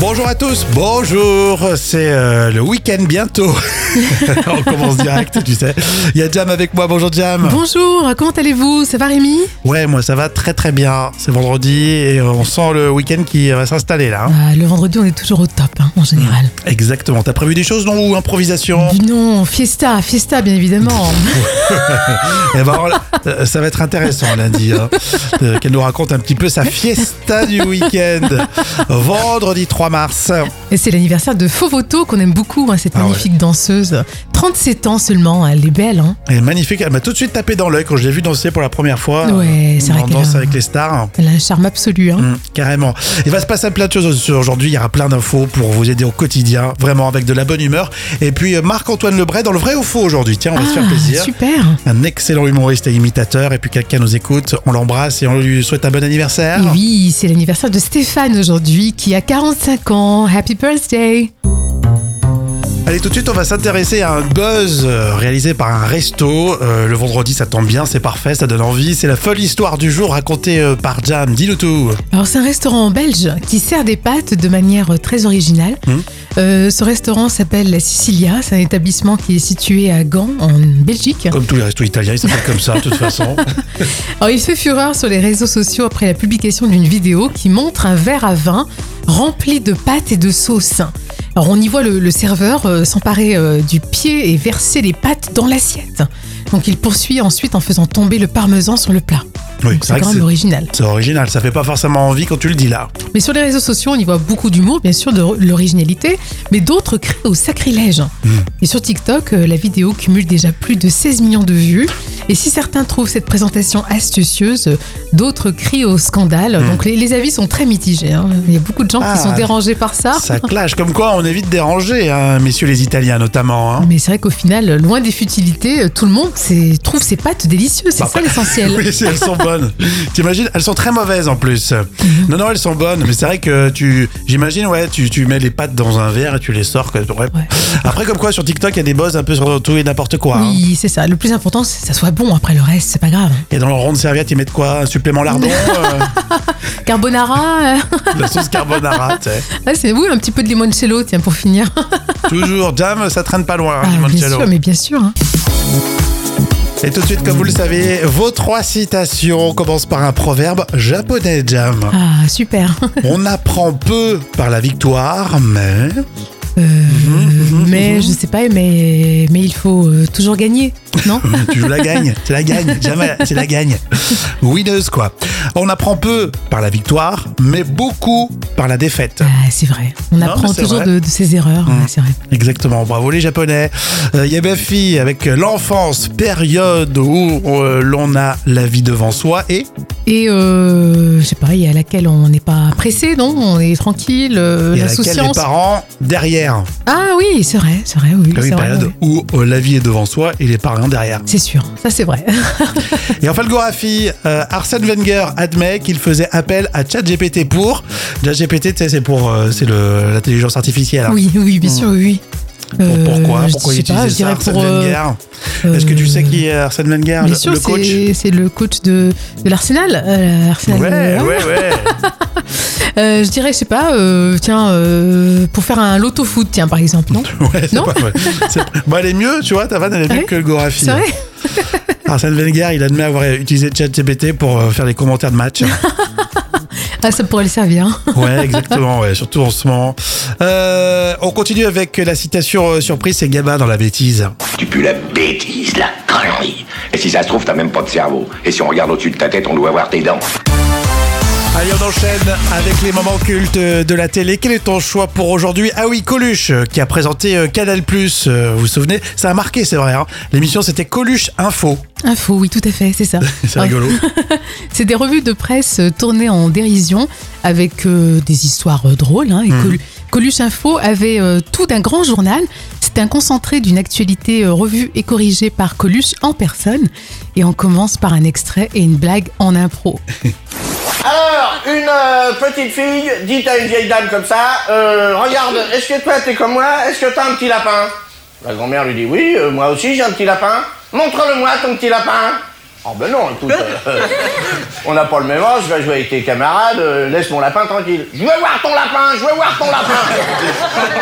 Bonjour à tous, bonjour, c'est euh, le week-end bientôt. On commence direct, tu sais. Il y a Jam avec moi, bonjour Jam. Bonjour, comment allez-vous Ça va Rémi Ouais, moi ça va très très bien. C'est vendredi et euh, on sent le week-end qui va s'installer là. hein. Ah, Le vendredi, on est toujours au top, hein, en général. Exactement. T'as prévu des choses non ou improvisation Dis Non, fiesta, fiesta, bien évidemment. Eh ben, alors, euh, ça va être intéressant lundi. hein. Euh, Qu'elle nous raconte un petit peu sa fiesta du week-end. Vendredi 3 mars. Et c'est l'anniversaire de Fovoto qu'on aime beaucoup, hein, cette Ah ouais. magnifique danseuse. 37 ans seulement, elle est belle. Hein. Elle est magnifique. Elle m'a tout de suite tapé dans l'œil quand je l'ai vue danser pour la première fois. Ouais, c'est vrai En qu'elle danse a- avec les stars. Elle a un charme absolu. Hein. Mm, carrément. Il va se passer plein de choses aujourd'hui. Il y aura plein d'infos pour vous aider au quotidien, vraiment avec de la bonne humeur. Et puis euh, Marc-Antoine Lebray dans le vrai ou faux aujourd'hui. Tiens, on va se faire plaisir. Ah, super Un excellent humoriste et imitateur. Et puis quelqu'un nous écoute, on l'embrasse et on lui souhaite un Ah bon anniversaire. Et oui, c'est l'anniversaire de Stéphane aujourd'hui, qui a 45 ans. Happy birthday Allez, tout de suite, on va s'intéresser à un buzz euh, réalisé par un resto. Euh, le vendredi, ça tombe bien, c'est parfait, ça donne envie. C'est la folle histoire du jour racontée euh, par Jam. Dis-nous tout. Alors c'est un restaurant belge qui sert des pâtes de manière euh, très originale. Mhm. Euh, ce restaurant s'appelle La Sicilia, c'est un établissement qui est situé à Gand en Belgique. Comme tous les restos italiens, ils s'appellent comme ça, de toute façon. Alors, Oh, il fait fureur sur les réseaux sociaux après la publication d'une vidéo qui montre un verre à vin rempli de pâtes et de sauce. Alors, on y voit le, le serveur euh, s'emparer euh, du pied et verser les pâtes dans l'assiette. Donc, il poursuit ensuite en faisant tomber le parmesan sur le plat. Oui, Donc, c'est c'est vrai quand que même c'est- original. c'est original, ça fait pas forcément envie quand tu le dis là. Mais sur les réseaux sociaux, on y voit beaucoup d'humour, bien sûr, de l'originalité, mais d'autres crient au sacrilège. Hmm. Et sur TikTok, euh, la vidéo cumule déjà plus de 16 millions de vues. Et si certains trouvent cette présentation astucieuse, euh, d'autres crient au scandale. Donc les, les avis sont très mitigés. hein. Il y a beaucoup de gens Hmm. Ah, qui sont dérangés par ça. Ça clash, comme quoi on évite de déranger, hein, messieurs les Italiens notamment. hein. Mais c'est vrai qu'au final, euh, loin des futilités, euh, tout le monde c'est- trouve ses pâtes délicieuses. C'est Bah, ça l'essentiel. Oui, si, elles sont bonnes. T'imagines, elles sont très mauvaises en plus. Non, non, elles sont bonnes, mais c'est vrai que tu, j'imagine, ouais, tu, tu mets les pâtes dans un verre et tu les sors. que- ouais. Ouais. Après, comme quoi, sur TikTok, il y a des buzz un peu sur tout et n'importe quoi. hein. Oui, c'est ça. Le plus important, c'est que ça soit bon. Après le reste, c'est pas grave. Et dans leur ronde serviette, ils mettent quoi Un supplément lardon euh, Carbonara, euh, La sauce carbonara, tu sais. ah, c'est oui, un petit peu de limoncello, tiens, pour finir. Toujours, jam, ça traîne pas loin, hein, Ah, bien limoncello. sûr, mais bien sûr. hein. Et tout de suite, comme vous le savez, vos trois citations commencent par un proverbe japonais, jam. Ah, super. On apprend peu par la victoire, mais... Euh, Mhm, mais je sais pas, mais, mais il faut euh, toujours gagner, non tu joues la gagne, c'est la gagne, jamais, c'est la gagne. Winneuse, quoi. On apprend peu par la victoire, mais beaucoup par la défaite. Ah, C'est vrai. On mais apprend c'est toujours vrai. Mhm. de, de ses erreurs. ouais, c'est vrai. Exactement, bravo les Japonais. Euh, Il y a ma fille avec l'enfance, période où euh, l'on a la vie devant soi et Et euh, je sais pas, il y a laquelle on n'est pas pressé, non On est tranquille, euh, et à laquelle les l'insouciance. parents derrière. Ah oui, c'est vrai, c'est vrai, oui. Ah oui, c'est vrai, période oui. où euh, la vie est devant soi et les parents derrière. C'est sûr, ça c'est vrai. Et enfin le Gorafi, euh, Arsène Wenger admet qu'il faisait appel à ChatGPT pour. ChatGPT, tu sais, c'est pour euh, c'est le- l'intelligence artificielle. hein. Oui, oui, bien sûr, oui. Pour- Euh, pourquoi je Pourquoi sais il pas, utilisait je ça, dirais Arsène pour, euh, Wenger Est-ce que tu sais euh, qui est Arsène Wenger, Bien le, sûr, le coach c'est c'est le coach de, de l'Arsenal. euh, Arsenal Ouais, euh, ouais, ouais. Euh, je dirais, je sais pas, euh, tiens, euh, pour faire un loto foot, tiens, par exemple, non ouais c'est Non pas mal. C'est- Bon, elle est mieux, tu vois, ta vanne, elle est Ah mieux oui que le Gorafi. C'est vrai Arsène Wenger, il admet avoir utilisé ChatGPT pour euh, faire les commentaires de match. Ah, ça pourrait le servir. hein. Ouais, exactement, ouais, surtout en ce moment. Euh, on continue avec la citation euh, surprise, c'est Gaba dans la bêtise. Tu pues la bêtise, la connerie. Et si ça se trouve, t'as même pas de cerveau. Et si on regarde au-dessus de ta tête, on doit voir tes dents. Allez, on enchaîne avec les moments cultes de la télé. Quel est ton choix pour aujourd'hui Ah oui, Coluche, euh, qui a présenté euh, Canal+. euh, Vous vous souvenez Ça a marqué, c'est vrai. hein. L'émission, c'était Coluche Info. Info, oui, tout à fait, c'est ça. C'est Ouais. rigolo. C'est des revues de presse euh, tournées en dérision avec euh, des histoires euh, drôles. hein, et Colu- Coluche Info avait euh, tout d'un grand journal. C'était un concentré d'une actualité euh, revue et corrigée par Coluche en personne. Et on commence par un extrait et une blague en impro. Alors, une euh, petite fille dit à une vieille dame comme ça, euh, regarde, est-ce que toi t'es comme moi, est-ce que t'as un petit lapin La grand-mère lui dit, oui, euh, moi aussi j'ai un petit lapin, montre-le-moi ton petit lapin. Oh ben non, écoute, euh, on n'a pas le même âge, va jouer avec tes camarades, euh, laisse mon lapin tranquille. Je veux voir ton lapin, je veux voir ton lapin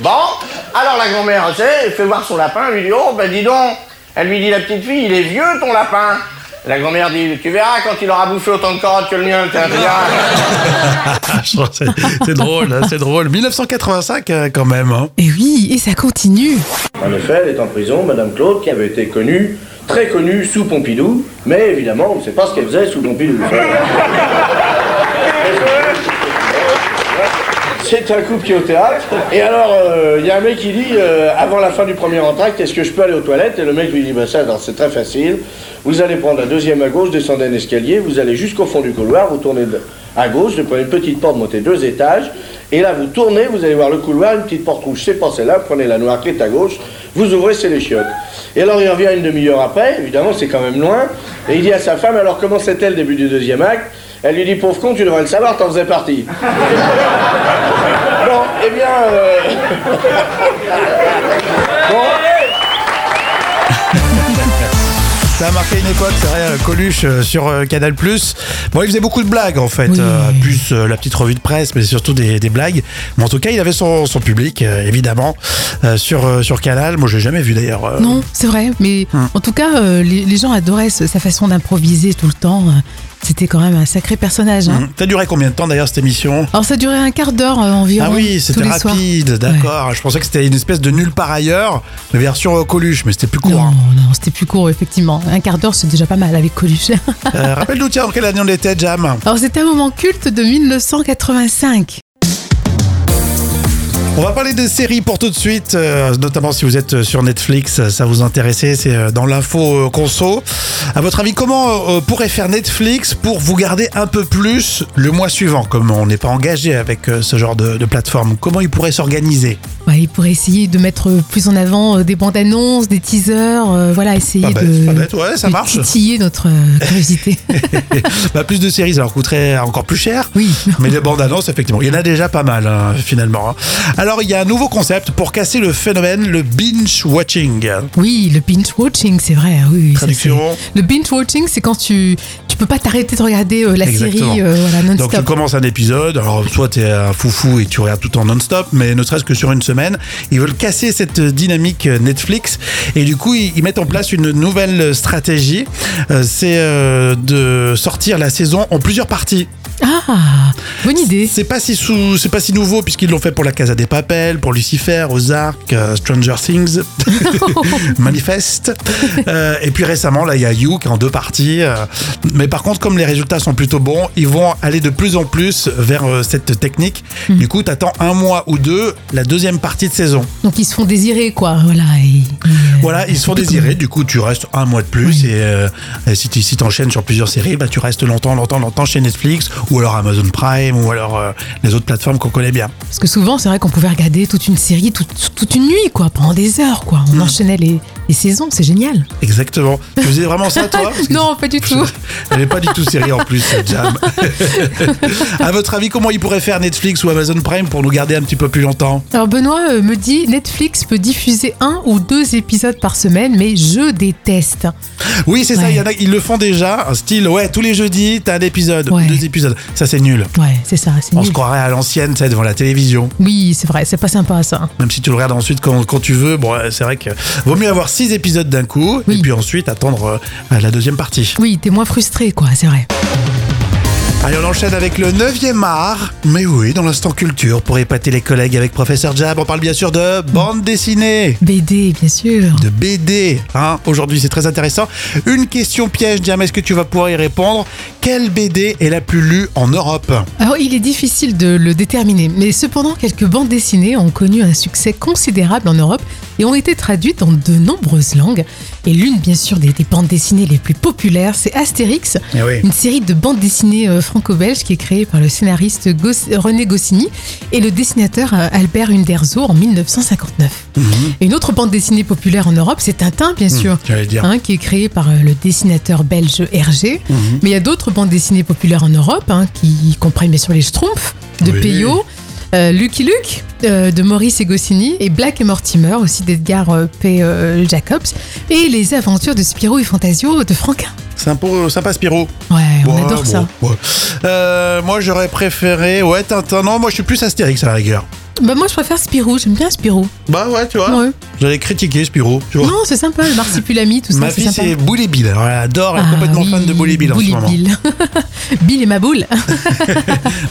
Bon, alors la grand-mère, tu sais, elle fait voir son lapin, elle lui dit, oh ben dis donc Elle lui dit, la petite fille, il est vieux ton lapin La grand-mère dit, tu verras quand il aura bouffé autant de carottes que le mien, tiens, tu verras. c'est c'est drôle, hein, c'est drôle. 1985 euh, quand même. hein. Et oui, et ça continue. En effet, elle est en prison, Madame Claude, qui avait été connue, très connue sous Pompidou, mais évidemment, on ne sait pas ce qu'elle faisait sous Pompidou. C'est un couple qui est au théâtre, et alors euh, il y a un mec qui dit euh, avant la fin du premier entracte, est-ce que je peux aller aux toilettes Et le mec lui dit bah ça, alors, c'est très facile. Vous allez prendre la deuxième à gauche, descendez un escalier, vous allez jusqu'au fond du couloir, vous tournez de- à gauche, vous prenez une petite porte, montez deux étages, et là vous tournez, vous allez voir le couloir, une petite porte rouge, c'est pas celle-là, vous prenez la noire qui est à gauche, vous ouvrez, c'est les chiottes. Et alors il revient une demi-heure après, évidemment c'est quand même loin, et il dit à sa femme alors comment c'était le début du deuxième acte Elle lui dit pauvre con, tu devrais le savoir, t'en faisais partie. Bon, eh bien. euh, Ça a marqué une époque, c'est vrai, Coluche euh, sur euh, Canal+. Bon, il faisait beaucoup de blagues en fait, Oui. euh, plus euh, la petite revue de presse, mais surtout des, des blagues. Mais en tout cas, il avait son, son public, euh, évidemment, euh, sur, euh, sur Canal. Moi, je l'ai jamais vu d'ailleurs. euh, Non, c'est vrai, mais Hein. en tout cas, euh, les, les gens adoraient ce- sa façon d'improviser tout le temps. C'était quand même un sacré personnage. hein. Hum. Ça durait combien de temps d'ailleurs cette émission Alors ça durait un quart d'heure euh, environ. Ah oui, c'était tous les soirs. rapide, d'accord. Je pensais que c'était une espèce de nulle part ailleurs, mais version euh, Coluche, mais c'était plus court. Non, hein. non, c'était plus court, effectivement. Un quart d'heure, c'est déjà pas mal avec Coluche. Euh, Rappelle-nous, tiens, en quelle année on était, Jam Alors c'était un moment culte de 1985. On va parler des séries pour tout de suite, euh, notamment si vous êtes sur Netflix, euh, ça vous intéressait, c'est euh, dans l'info euh, conso. À votre avis, comment euh, pourrait faire Netflix pour vous garder un peu plus le mois suivant, comme on n'est pas engagé avec euh, ce genre de, de plateforme Comment ils pourraient s'organiser Ouais, il pourrait essayer de mettre plus en avant euh, des bandes annonces, des teasers, euh, voilà, essayer Pas bête, de, Ah bah, pas bête, ouais, ça de marche. titiller notre euh, curiosité. bah, Plus de séries, ça leur coûterait encore plus cher. oui. Mais les bandes annonces, effectivement, il y en a déjà pas mal, hein, finalement. hein. Alors, il y a un nouveau concept pour casser le phénomène, le binge-watching. Oui, le binge watching, c'est vrai. Oui, oui, ça, Traduction. c'est- Le binge watching, c'est quand tu tu peux pas t'arrêter de regarder euh, la Exactement. série euh, voilà, Donc tu non-stop. commences un épisode, alors soit t'es un foufou et tu regardes tout en non-stop, mais ne serait-ce que sur une semaine, ils veulent casser cette dynamique euh, Netflix et du coup ils, ils mettent en place une nouvelle stratégie, Euh, c'est euh, de sortir la saison en plusieurs parties. Ah, bonne idée. C'est pas si sous, c'est pas si nouveau puisqu'ils l'ont fait pour la Casa des Papel, pour Lucifer, Ozark, euh, Stranger Things, Manifest. Euh, et puis récemment, là, il y a You qui est en deux parties. euh. mais par contre, comme les résultats sont plutôt bons, ils vont aller de plus en plus vers euh, cette technique. Du coup, t'attends un mois ou deux la deuxième partie de saison. Donc ils se font désirer, quoi. Voilà. et- et, euh, Voilà, ils se font désirer. Du coup, tu restes un mois de plus. Et, euh, et si tu si t'enchaînes sur plusieurs séries, bah, tu restes longtemps, longtemps, longtemps chez Netflix ou alors Amazon Prime ou alors euh, les autres plateformes qu'on connaît bien. Parce que souvent, c'est vrai qu'on pouvait regarder toute une série, toute, toute une nuit, quoi, pendant des heures, quoi. Hmm. On enchaînait les, les saisons, c'est génial. Exactement. Tu faisais vraiment ça, toi Ah, Parce que Non, pas du tout. Elle n'est pas du tout série en plus, cette Jam. à votre avis, comment ils pourraient faire Netflix ou Amazon Prime pour nous garder un petit peu plus longtemps Alors Benoît euh, me dit, Netflix peut diffuser un ou deux épisodes par semaine, mais je déteste. Oui, c'est ça, Ouais. il y en a, ils le font déjà. Un style, ouais, tous les jeudis, t'as un épisode, Ouais. deux épisodes. Ça, c'est nul. Ouais, c'est ça, c'est On se nul. croirait à l'ancienne, tu sais, devant la télévision. Oui, c'est vrai, c'est pas sympa ça. Même si tu le regardes ensuite quand, quand tu veux. Bon, euh, c'est vrai que vaut mieux avoir six épisodes d'un coup Oui. et puis ensuite attendre euh, la deuxième partie. Oui, t'es moins frustré, quoi, c'est vrai. Allez, on enchaîne avec le 9e art. Mais oui, dans l'instant culture, pour épater les collègues avec Professeur Jab, on parle bien sûr de bande dessinée. BD, bien sûr. de BD. Hein. Aujourd'hui, c'est très intéressant. Une question piège, Diam, est-ce que tu vas pouvoir y répondre Quelle BD est la plus lue en Europe Alors, il est difficile de le déterminer, mais cependant, quelques bandes dessinées ont connu un succès considérable en Europe et ont été traduites en de nombreuses langues. Et l'une, bien sûr, des, des bandes dessinées les plus populaires, c'est Astérix, Eh oui. une série de bandes dessinées euh, franco-belges qui est créée par le scénariste Gos- René Goscinny et le dessinateur euh, Albert Uderzo en 1959. Et une autre bande dessinée populaire en Europe, c'est Tintin, bien sûr. J'allais dire. hein, qui est créé par euh, le dessinateur belge Hergé. Mhm. Mais il y a d'autres bandes dessinées populaires en Europe, hein, qui comprennent bien sûr les Schtroumpfs de Oui. Peyo, euh, Lucky Luke, euh, de Maurice Egossini et Black et Mortimer aussi d'Edgar euh, P. euh, Jacobs et les aventures de Spirou et Fantasio de Franquin. C'est un peu euh, sympa Spirou. Ouais, on Ouais, adore bon, ça. ouais. Euh, moi j'aurais préféré. Ouais, Tintin. Non, moi je suis plus Astérix à la rigueur. Bah moi je préfère Spirou, j'aime bien Spirou. Bah ouais, tu vois. Ouais. J'allais critiquer Spirou. Tu vois. Non, c'est sympa, le marsipulami, tout ça, Ma c'est fille sympa. c'est Boule et Bill. Alors, elle adore, elle est Ah complètement oui, fan de Boule et Bill en ce Boule et moment. Bill. Bill et ma boule.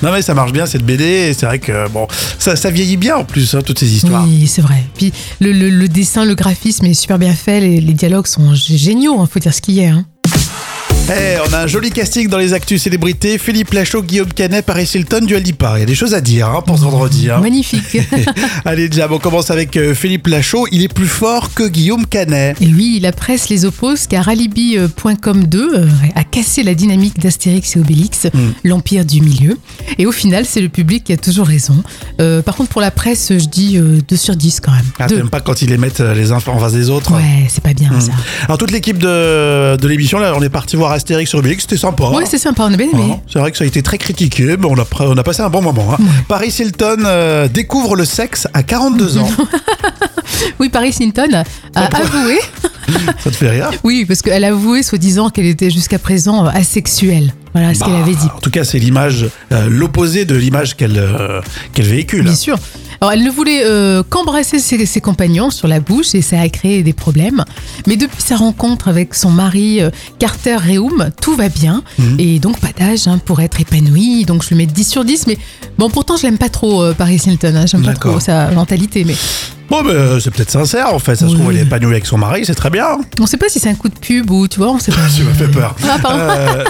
Non mais ça marche bien cette BD. Et c'est vrai que bon, ça, ça vieillit bien en plus hein, toutes ces histoires. Oui, c'est vrai. Puis le, le- le dessin, le graphisme est super bien fait, les, les dialogues sont g- géniaux, hein, faut dire ce qu'il y a. hein. Eh, on a un joli casting dans les actus célébrités. Philippe Lachaud, Guillaume Canet, Paris Hilton, du Alipa. Il y a des choses à dire hein, pour ce vendredi. hein. Magnifique. Allez, Jam, on commence avec euh, Philippe Lachaud. Il est plus fort que Guillaume Canet. Et oui, la presse les oppose car Alibi.com 2 euh, a cassé la dynamique d'Astérix et Obélix, l'empire du milieu. Et au final, c'est le public qui a toujours raison. Euh, par contre, pour la presse, je dis euh, 2 sur 10 quand même. Ah, Deux. t'aimes pas quand ils les mettent euh, les uns en face des autres Ouais, c'est pas bien ça. Alors toute l'équipe de, de l'émission, là, on est parti voir Astérix sur Obélix, c'était sympa. Ouais, c'est sympa, on a bien Hein, aimé. c'est vrai que ça a été très critiqué, mais on a, pr- on a passé un bon moment. hein. Paris Hilton euh, découvre le sexe à 42 ans. Oui, Paris Hinton a avoué. ça te fait rire Oui, parce qu'elle avouait, soi-disant, qu'elle était jusqu'à présent euh, asexuelle. Voilà ce qu'elle avait dit. Bah, En tout cas, c'est l'image, euh, l'opposé de l'image qu'elle euh, qu'elle véhicule. Bien sûr. Alors, elle ne voulait euh, qu'embrasser ses, ses compagnons sur la bouche et ça a créé des problèmes. Mais depuis sa rencontre avec son mari euh, Carter Reum, tout va bien. Mhm. Et donc, pas d'âge hein, pour être épanouie. Donc, je lui mets 10 sur 10. Mais bon, pourtant, je l'aime pas trop, euh, Paris Hilton. hein. J'aime pas D'accord. trop sa mentalité. Mais Bon, mais euh, c'est peut-être sincère en fait. Ça se Oui. trouve, elle est épanouie avec son mari, c'est très bien. hein. on sait pas si c'est un coup de pub ou tu vois, on sait pas. Tu m'as fait peur. Ah, pardon. Euh,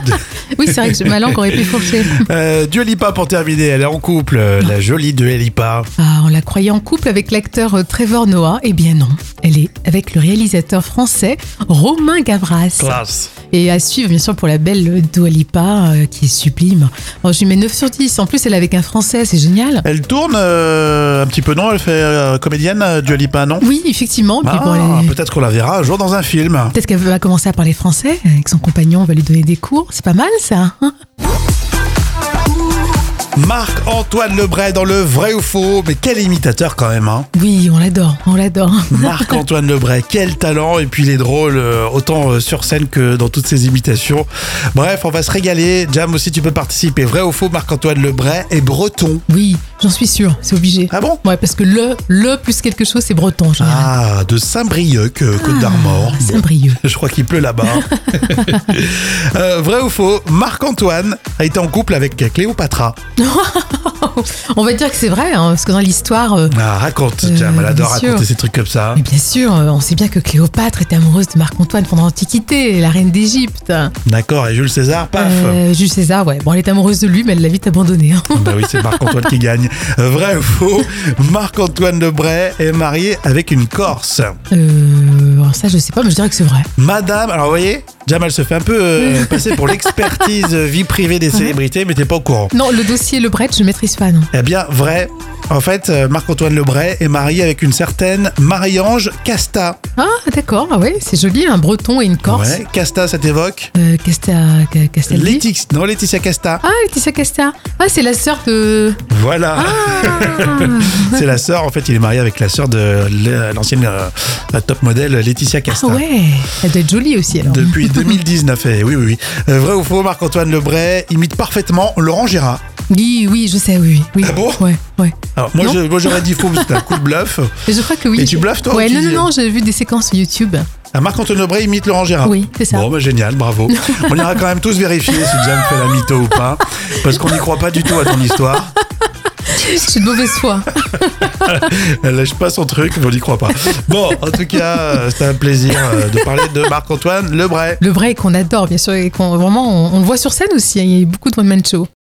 Oui, c'est vrai que ma langue aurait pu fourcher. euh, Dualipa pour terminer, elle est en couple, euh, la jolie Dualipa. Ah, on la croyait en couple avec l'acteur euh, Trevor Noah. Eh bien non, elle est avec le réalisateur français Romain Gavras. Classe. Et à suivre, bien sûr, pour la belle Dua Lipa, euh, qui est sublime. Alors, je lui mets 9 sur 10. En plus, elle est avec un français, c'est génial. Elle tourne euh, un petit peu, non Elle fait euh, comédienne, euh, Dualipa, non Oui, effectivement. Puis Ah, bon, elle est- Peut-être qu'on la verra un jour dans un film. Peut-être qu'elle va commencer à parler français, avec son compagnon, on va lui donner des cours. C'est pas mal, ça. hein Marc-Antoine Lebray dans le vrai ou faux. Mais quel imitateur quand même, hein oui, on l'adore, on l'adore. Marc-Antoine Lebray, quel talent Et puis il est drôle, euh, autant euh, sur scène que dans toutes ses imitations. Bref, on va se régaler. Jam aussi, tu peux participer. Vrai ou faux, Marc-Antoine Lebray est breton. Oui, j'en suis sûre, c'est obligé. Ah bon Ouais, parce que le, le plus quelque chose, c'est breton, en général. Ah, de Saint-Brieuc, euh, Ah, Côte d'Armor. Bon, Saint-Brieuc. Je crois qu'il pleut là-bas. Euh, vrai ou faux, Marc-Antoine a été en couple avec Cléopatra. On va dire que c'est vrai, hein, parce que dans l'histoire, euh, Ah, raconte, Euh, Jam, elle adore bien sûr. raconter ces trucs comme ça. hein. mais bien sûr, euh, on sait bien que Cléopâtre était amoureuse de Marc-Antoine pendant l'Antiquité, la reine d'Égypte. D'accord, et Jules César, paf Euh, Jules César, ouais. Bon, elle est amoureuse de lui, mais elle l'a vite abandonné. hein. Bah oui, c'est Marc-Antoine qui gagne. Euh, Vrai ou faux Marc-Antoine Lebray est marié avec une Corse. Euh, alors ça, je sais pas, mais je dirais que c'est vrai. Madame, alors vous voyez, Jam, elle se fait un peu euh, passer pour l'expertise euh, vie privée des célébrités, mais t'es pas au courant. Non, le dossier Le Bret, je maîtrise pas, non. Eh bien, vrai. En fait, euh, Marc-Antoine Lebray est marié avec une certaine Marie-Ange Casta. Ah, d'accord, ah ouais, c'est joli, un breton et une corse. Ouais, Casta, ça t'évoque Euh, Casta, Ca- Castaldi. Laetitia, non, Laetitia Casta. Ah, Laetitia Casta. Ah, c'est la sœur de. Voilà, Ah. c'est la sœur. En fait, il est marié avec la sœur de l'e- l'ancienne euh, top modèle Laetitia Ah Casta. ouais, elle doit être jolie aussi alors. Depuis 2019, eh oui, oui, oui. Euh, Vrai ou faux, Marc-Antoine Lebray imite parfaitement Laurent Gérard. Oui, oui, je sais, oui, oui, oui. Ah bon Ouais, ouais. Alors, moi, Non. je- moi, j'aurais dit faux, parce que c'est un coup de bluff. Et je crois que oui. Et tu bluffes, toi, Ouais, ou tu non, non, dis- euh, non, j'ai vu des séquences sur YouTube. Ah, Marc-Antoine Lebray imite Laurent Gérard. Oui, c'est ça. Bon, bah, génial, bravo. On ira quand même tous vérifier si Jam fait la mytho ou pas, parce qu'on n'y croit pas du tout à ton histoire. Je suis de mauvaise foi. Elle lâche pas son truc, mais on n'y croit pas. Bon, en tout cas, euh, c'était un plaisir euh, de parler de Marc-Antoine Lebray. Le vrai qu'on adore, bien sûr, et qu'on vraiment, on, on le voit sur scène aussi. hein, Il y a eu beaucoup de one-man show.